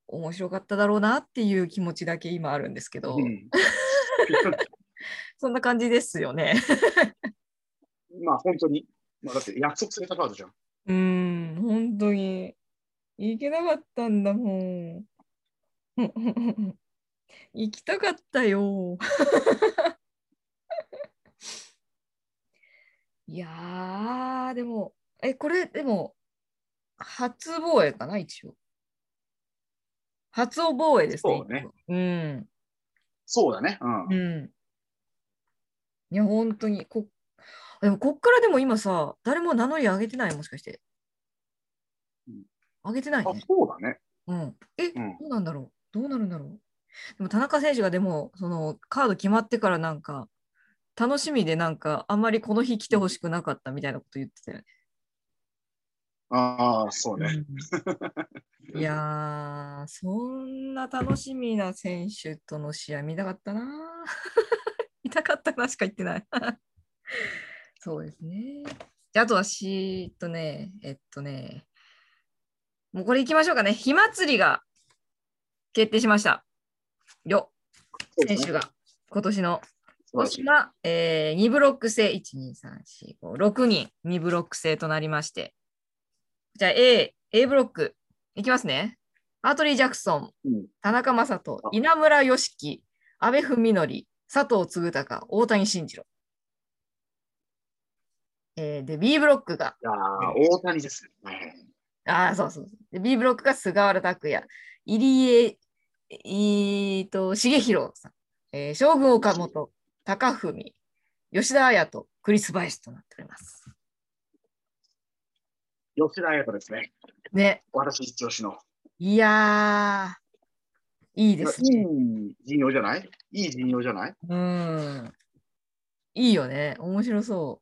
C: 面白かっただろうなっていう気持ちだけ今あるんですけど、
D: うん
C: そんな感じですよね。
D: まあ、本当に。まあ、だって約束されたカードじゃん。
C: うん、本当に。いけなかったんだもん。 行きたかったよ。 いやー、でも、え、これ、でも、初防衛かな、一応。初防衛ですね。
D: そうね
C: 一応うん。
D: そうだね。うん。
C: うん。いや、本当に。こでも、こっからでも今さ、誰も名乗り上げてない、もしかして
D: うん。
C: 上げてない
D: あ
C: ね。、
D: そうだね。
C: うん。え、
D: うん
C: どうなんだろうどうなるんだろうでも、田中選手がでも、その、カード決まってからなんか、楽しみでなんか、あんまりこの日来てほしくなかったみたいなこと言ってたよね。
D: ああ、そうね。
C: いやー、そんな楽しみな選手との試合見たかったな。 見たかったなしか言ってない。 そうですね。であとはしーっとね、えっとね、もうこれいきましょうかね。火祭りが決定しました。よ、
D: そうで
C: 選
D: す
C: 手
D: ね
C: が今年の
D: 素
C: 今
D: 晴らし
C: 年
D: い
C: は、えー、2ブロック制、1、2、3、4、5、6人、2ブロック制となりまして。じゃあ A、A ブロック、いきますね。アートリー・ジャクソン、
D: うん
C: 田中将人
D: あ、
C: 稲村良樹、阿部文則、佐藤嗣隆、大谷慎次郎。えーで、B ブロックが、
D: いやー大谷ですね。
C: ああ、そうそうそうで。B ブロックが菅原拓也、入江、えーと、重弘さん、えー将軍岡本、高文、吉田彩とクリス・バイスとなっております。
D: 吉田彩斗ですね。
C: ね、
D: 私一押しの。
C: いやー、いいです
D: い
C: ね。
D: い陣容じゃないいい陣容じゃない
C: うん。いいよね。面白そ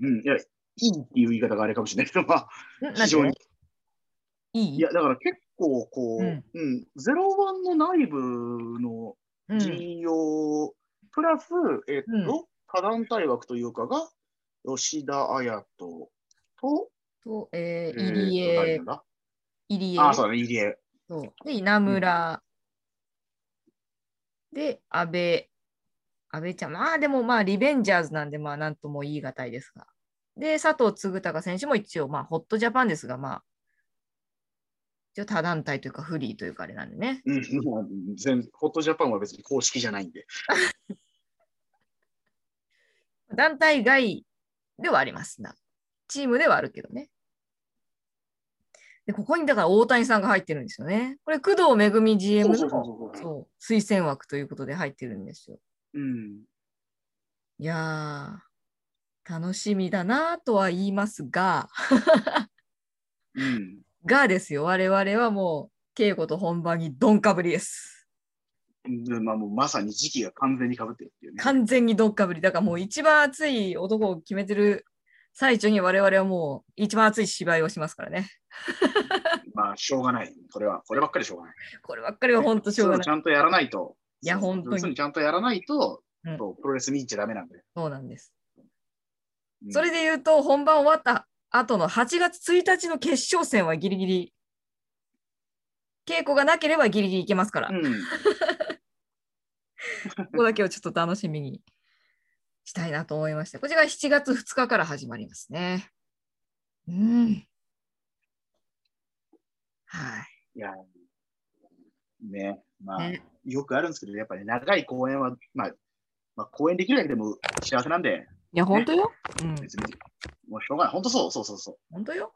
D: うん。いや、いいっていう言い方があれかもしれないけど、まあ、
C: う。んなん
D: 非常に。
C: ていい
D: いや、だから結構、こう、
C: う
D: うんん、ゼロワンの内部の
C: うん
D: 陣容、プラス、えっと、
C: うん
D: 他団体枠というかが、吉田彩斗と、
C: と、えー
D: えーと
C: 入
D: 誰
C: 江
D: なん、だ
C: 入江
D: あ、そうだね、入江。
C: そうで、稲村、で、安倍、安倍ちゃん、まあでもまあ、リベンジャーズなんで、まあ、なんとも言い難いですが。で、佐藤嗣隆選手も一応、まあ、ホットジャパンですが、まあ、一応他団体というか、フリーというか、あれなんでね。
D: うん、もう全ホットジャパンは別に公式じゃないんで。
C: 団体外ではありますな。チームではあるけどね。で、ここにだから大谷さんが入ってるんですよね。これ、工藤めぐみ GM の
D: そうそうそうそう
C: そう推薦枠ということで入ってるんですよ。
D: うん。
C: いやー、楽しみだなとは言いますが、
D: うん。
C: がですよ、我々はもう、稽古と本番にどんかぶりです。
D: でまあ、もうまさに時期が完全に被ってるっていうね。
C: 完全にどんかぶり。だからもう一番熱い男を決めてる最中に我々はもう一番熱い芝居をしますからね。
D: まあ、しょうがない。これは、こればっかりしょうがない。
C: こればっかりは本当しょうが
D: そういうの
C: な
D: ち
C: い。
D: ゃんとやらないと。
C: いや
D: そう
C: 本当に
D: そういうのちゃんとやらないと、
C: うん
D: そうプロレス見に行っちゃダメなんで。
C: そうなんです。
D: うん
C: それで言うと、本番終わった後の8月1日の決勝戦はギリギリ、稽古がなければギリギリいけますから
D: う。ん。
C: ここだけをちょっと楽しみにしたいなと思いまして、こちらが7月2日から始まりますね。うん。はい
D: や、ね、まあ、
C: い。ね、
D: よくあるんですけど、やっぱり、長い公演は、まあ、まあ、公演できるだけでも幸せなんで、
C: いや、本当よ。うん。
D: 別に、もうしょうがない。本当そう、そうそうそう。
C: 本当よ。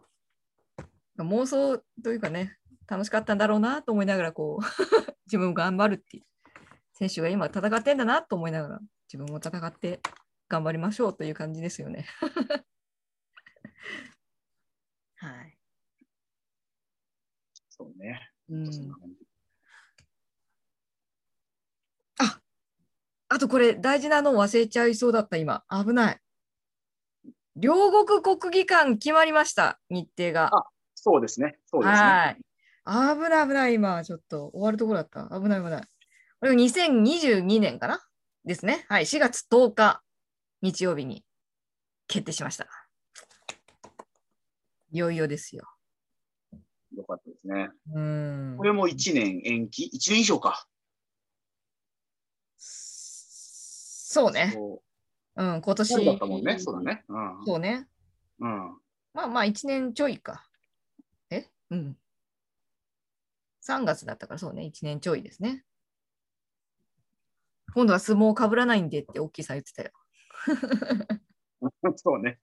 C: 妄想というかね、楽しかったんだろうなと思いながら、こう、 自分も頑張るっていう。選手が今戦ってんだなと思いながら、自分も戦って頑張りましょうという感じですよね。 はい。
D: そうね。
C: う
D: ほんとそん
C: ん
D: な、感じ
C: あとこれ大事なの忘れちゃいそうだった今危ない両国国技館決まりました日程が
D: そうですね。そうですね。
C: はい。危ない危ない、今、ちょっと終わるところだった。危ない危ない。これが2022年かなですね。はい、4月10日、日曜日に決定しました。いよいよですよ。
D: よかったですね。
C: うーん
D: こ。れも1年延期 ?1 年以上か。
C: そうね。
D: そ
C: うん、今
D: う。そう
C: 年。
D: だったもんね。そうだね。うん。
C: そうね。
D: うん。
C: まあまあ、1年ちょいか。えうん。3月だったからそうね、1年ちょいですね。今度は相撲かぶらないんでって大きいさん言ってたよ。
D: そうね。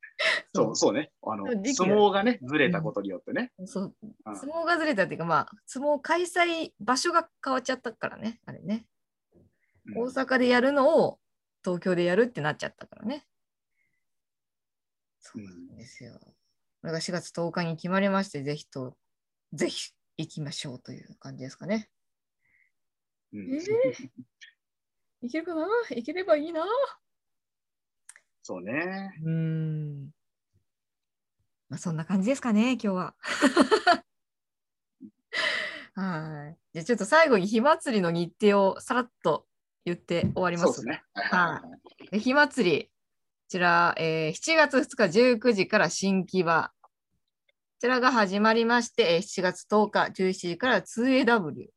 D: そう、そうね。あの、
C: そう時期が
D: 相撲がね、ずれたことによってね。
C: そう
D: うん
C: 相撲がずれたっていうか、まあ、相撲開催場所が変わっちゃったからね、あれね。
D: うん
C: 大阪でやるのを東京でやるってなっちゃったからね。そうなんですよ。これが4月10日に決まりまして、ぜひと、ぜひ行きましょうという感じですかね。
D: うん
C: え行けるかな行ければいいな。
D: そうね。
C: うーん。まあ、そんな感じですかね、今日は。 はい。じゃあちょっと最後に火祭りの日程をさらっと言って終わりま
D: そう
C: す。
D: ですね。
C: はいで火祭り、こちら、えー7月2日19時から新木場。こちらが始まりまして、えー7月10日17時から 2AW。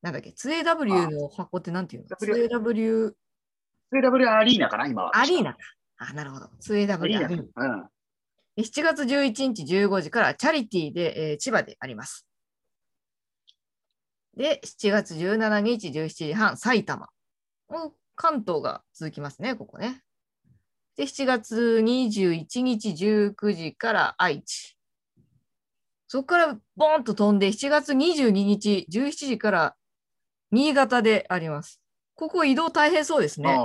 C: なんだっけ、2AW の箱ってなんていうの
D: W
C: ?2AW
D: CW アリーナかな、今は。
C: アリーナか。あ、なるほど。2AW
D: ア
C: ア
D: リ
C: リ
D: ー
C: ー
D: ナ
C: ナ
D: か。。うん。
C: で7月11日15時からチャリティーで、えー千葉であります。で、7月17日17時半、埼玉。もう関東が続きますね、ここね。で、7月21日19時から愛知。そこからボーンと飛んで、7月22日17時から新潟であります。ここ移動大変そうですね。
D: ああ。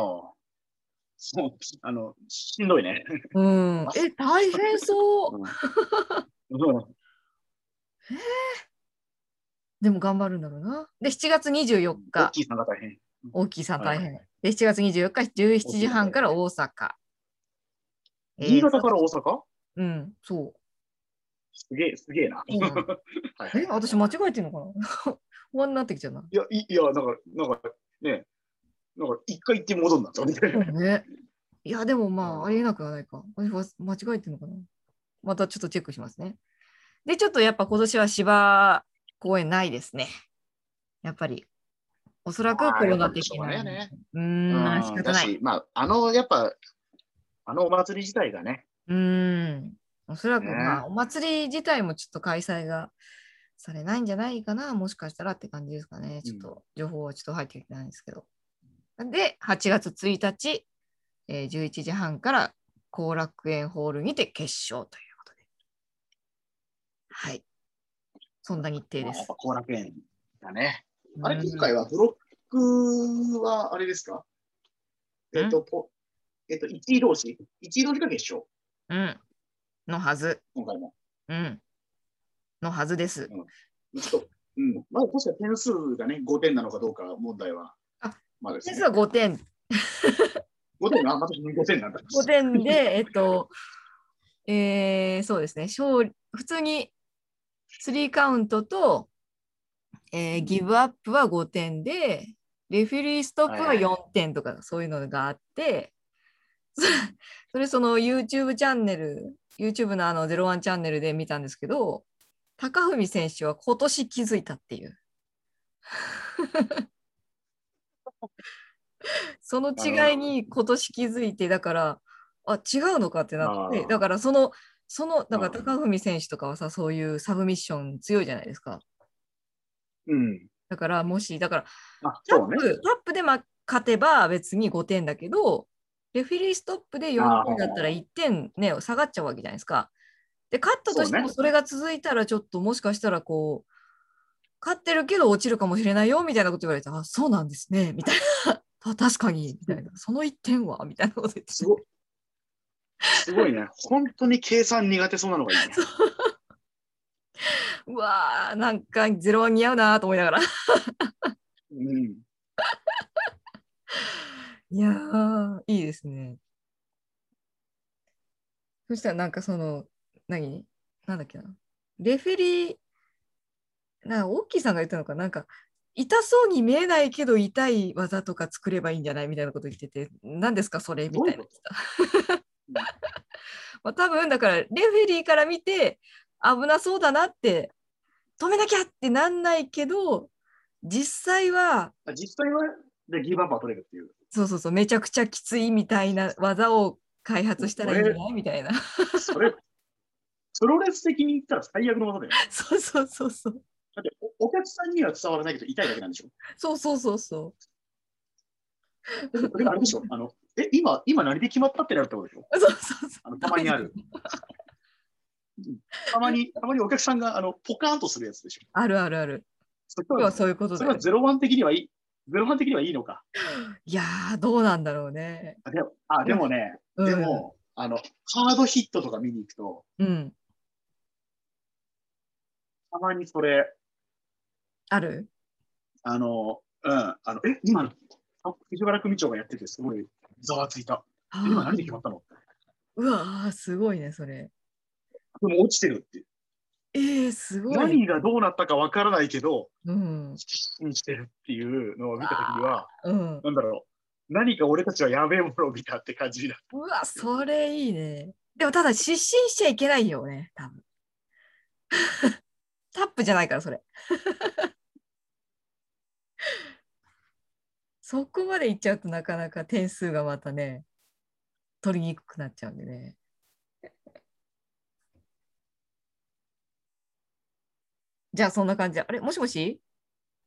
D: そう、あの、しんど いね。
C: うん。え、大変そう。
D: うん
C: でも頑張るんだろうな。で、7月24
D: 大
C: 日、
D: きいさんが大変。
C: 大きいさん大変。
D: は
C: で、7月24日、17時半から大阪。えー
D: 新潟から大阪
C: うん、そう。
D: すげえ、すげえな。
C: そうなの
D: はい
C: え、私間違えてんのかな 不安になってきちゃうな。
D: いや、いいや、なんか、なんか、ね、なんか、一回行って戻るんだぞ、みたいな。
C: ね。いや、でもまあ、ありえなくはないか。私は間違えてんのかなまたちょっとチェックしますね。で、ちょっとやっぱ今年は芝公園ないですね。やっぱり。おそらくコロナ的な。
D: あーやっぱりしょうがないよね
C: うーん、仕方
D: だ
C: ない。
D: し、まあ、あの、やっぱ、あのお祭り自体がね、
C: うーん。おそらく、
D: ね
C: まあ、お祭り自体もちょっと開催がされないんじゃないかな、もしかしたらって感じですかね。ちょっと、情報はちょっと入ってきてないんですけど。で、8月1日、えー11時半から後楽園ホールにて決勝ということで。はい。そんな日程
D: ま
C: で
D: あやっ
C: す
D: ぱ。後楽園だね。あれ、今
C: う
D: 回
C: ん
D: はブロックは、あれですかえっと、ぽえっと、一位同士一位同士が決勝、
C: うん。のはず。
D: 今回も。
C: うん。のはずです。
D: ちょっと、うん。まあ、確か点数がね、5点なのかどうか問題は。
C: あ、
D: まあです
C: 先
D: ね
C: 生。は5点
D: 5点な、また5点なんだ。
C: 5点で、えっと、えー、そうですね、勝利普通にスリーカウントと、えーギブアップは5点で、レフェリーストップは
D: はいは
C: 4点とか、そういうのがあって、そそれその YouTube チャンネル、YouTube のあの01チャンネルで見たんですけど、高文選手は今年気づいたっていう。その違いに今年気づいて、だから、あ違うのかってなっ
D: あ
C: て、
D: ー
C: だからそのその、だから高文選手とかはさ、そういうサブミッション強いじゃないですか。
D: うん。
C: だから、もし、だから、
D: あ、
C: タ
D: そ
C: ッ
D: うね
C: プ、。タップで、ま、勝てば別に5点だけど、レフェリーストップで4点だったら1点ね、下がっちゃうわけじゃないですか。で、勝ったとして
D: そう
C: も
D: ね
C: それが続いたら、ちょっともしかしたらこう、勝ってるけど落ちるかもしれないよみたいなこと言われて、あ、そうなんですね、みたいな。あ 確かに、みたいな。その1点は、みたいなこと言って。
D: すごい。すごいね。本当に計算苦手そうなのがいいね。
C: うわー、なんかゼロは似合うなーと思いながら。
D: うん。
C: いやー、いいですね。そしたらなんかその、何なんだっけな。レフェリー、なんかオッキーさんが言ったのかななんか、痛そうに見えないけど痛い技とか作ればいいんじゃないみたいなこと言ってて、何ですかそれみたいな
D: どういうこ。
C: まあ多分だからレフェリーから見て危なそうだなって止めなきゃってなんないけど実際は
D: あ実際は、で、ギブアップは取れるっていう。
C: そうそうそうめちゃくちゃきついみたいな技を開発したらいいんじゃないみたいな
D: それ、プロレス的に言ったら最悪の技だよ。
C: そうそうそうそう
D: だってお、お客さんには伝わらないけど、痛いだけなんでしょ。
C: そうそうそうそ
D: それがあれでしょ。あの、え、今、今何で決まったってなるってことでしょ。
C: うそうそうそ
D: あ
C: う
D: のたまにある。たまに、たまにお客さんが、あの、ポカーンとするやつでしょ。
C: あるあるある
D: そ
C: 今
D: れ
C: 日は
D: は、
C: そういうこと
D: そ
C: だ
D: れ
C: よ
D: はゼロワン的にはいい。ゼロワン的にはいいのか。
C: いやーどうなんだろうね
D: あ、でも、あでもね、
C: うん
D: でも、あの、ハードヒットとか見に行くと、
C: うん
D: たまにそれ、
C: ある
D: あの、うん、あの、え、今の、あ藤原組長がやってて、すごい、ざわついた。
C: あ
D: 今何
C: ー
D: で決まったの
C: うわーすごいねそれ
D: でも落ちてるって。
C: えー、すごい、
D: 何がどうなったかわからないけど、
C: うん
D: 信じてるっていうのを見たときには、
C: うん、
D: なんだろう、何か俺たちはやべえものを見たって感じになる。
C: うわ、それいいね。でもただ失神しちゃいけないよね、多分。 タップじゃないから、それ。 そこまでいっちゃうとなかなか点数がまたね、取りにくくなっちゃうんでね。じゃあそんな感じで。あれもしもし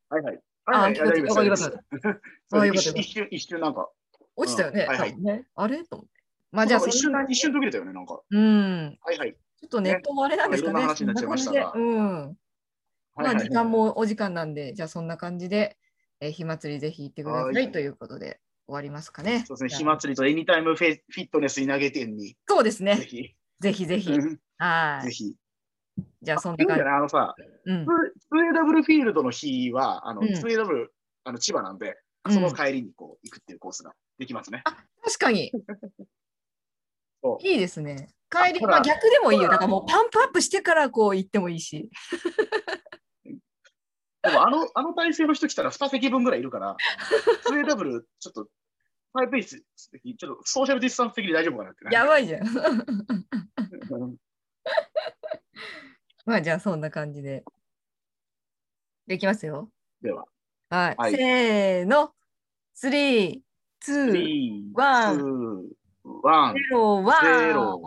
D: はいはい。
C: あ
D: はいはい、
C: よかった
D: 大丈夫です
C: よかった
D: 大
C: よかった
D: 丈夫ですそう一瞬、一瞬なんか、
C: 落ちたよね,、
D: うんはいはい
C: 多分ね。あれと思って。まあじゃあ
D: なん
C: そ
D: か一
C: んな
D: 瞬
C: 感、じ
D: 一瞬途切れたよね、なんか。
C: うん。
D: はいはい。
C: ちょっとネットもあれなんですかね。
D: ねまあいろんな話になっちゃいましたが
C: そんな感じでうん。
D: はい
C: まあ
D: はい
C: 時間もお時間なんで、じゃあそんな感じで、えー、火祭りぜひ行ってくださ
D: はいい
C: ということで終わりますかね。
D: そうですね、
C: じゃあ
D: 火祭りとエニタイムフェフィットネス稲毛店に、
C: そうです
D: ぜ
C: ね。
D: ひ、
C: ぜひぜひ。
D: うん
C: は
D: ぜ
C: い。
D: ひ。
C: じゃあそん
D: いい
C: なん
D: じ
C: 感じ
D: ゃないあのさ、。
C: うん。
D: 2AW フィールドの日は、あの、
C: うん
D: 2AW、あの、千葉なんで、
C: うん
D: その帰りにこう、行くっていうコースができますね。
C: 確かに
D: そ。う
C: いいですね。帰り、
D: ほ
C: ま
D: ら
C: あ逆でもいいよ。だからもうパンプアップしてからこう行ってもいいし。
D: でもあの、あの体勢の人来たら2席分ぐらいいる から、2AW、ちょっと、ハイペース的、ちょっとソーシャルディスタンス的に大丈夫かなって。
C: や ばいじゃん。
D: うん
C: まあじゃあそんな感じで。できますよ。
D: では、
C: はい。
D: はい
C: せーの。スリー、ツー、
D: 3、
C: ワン
D: 2、1
C: ゼ、ロ、ワン。
D: ゼロ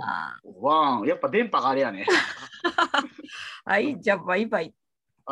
D: ワン。やっぱ電波があれやね。
C: はい、じゃあバイバイ。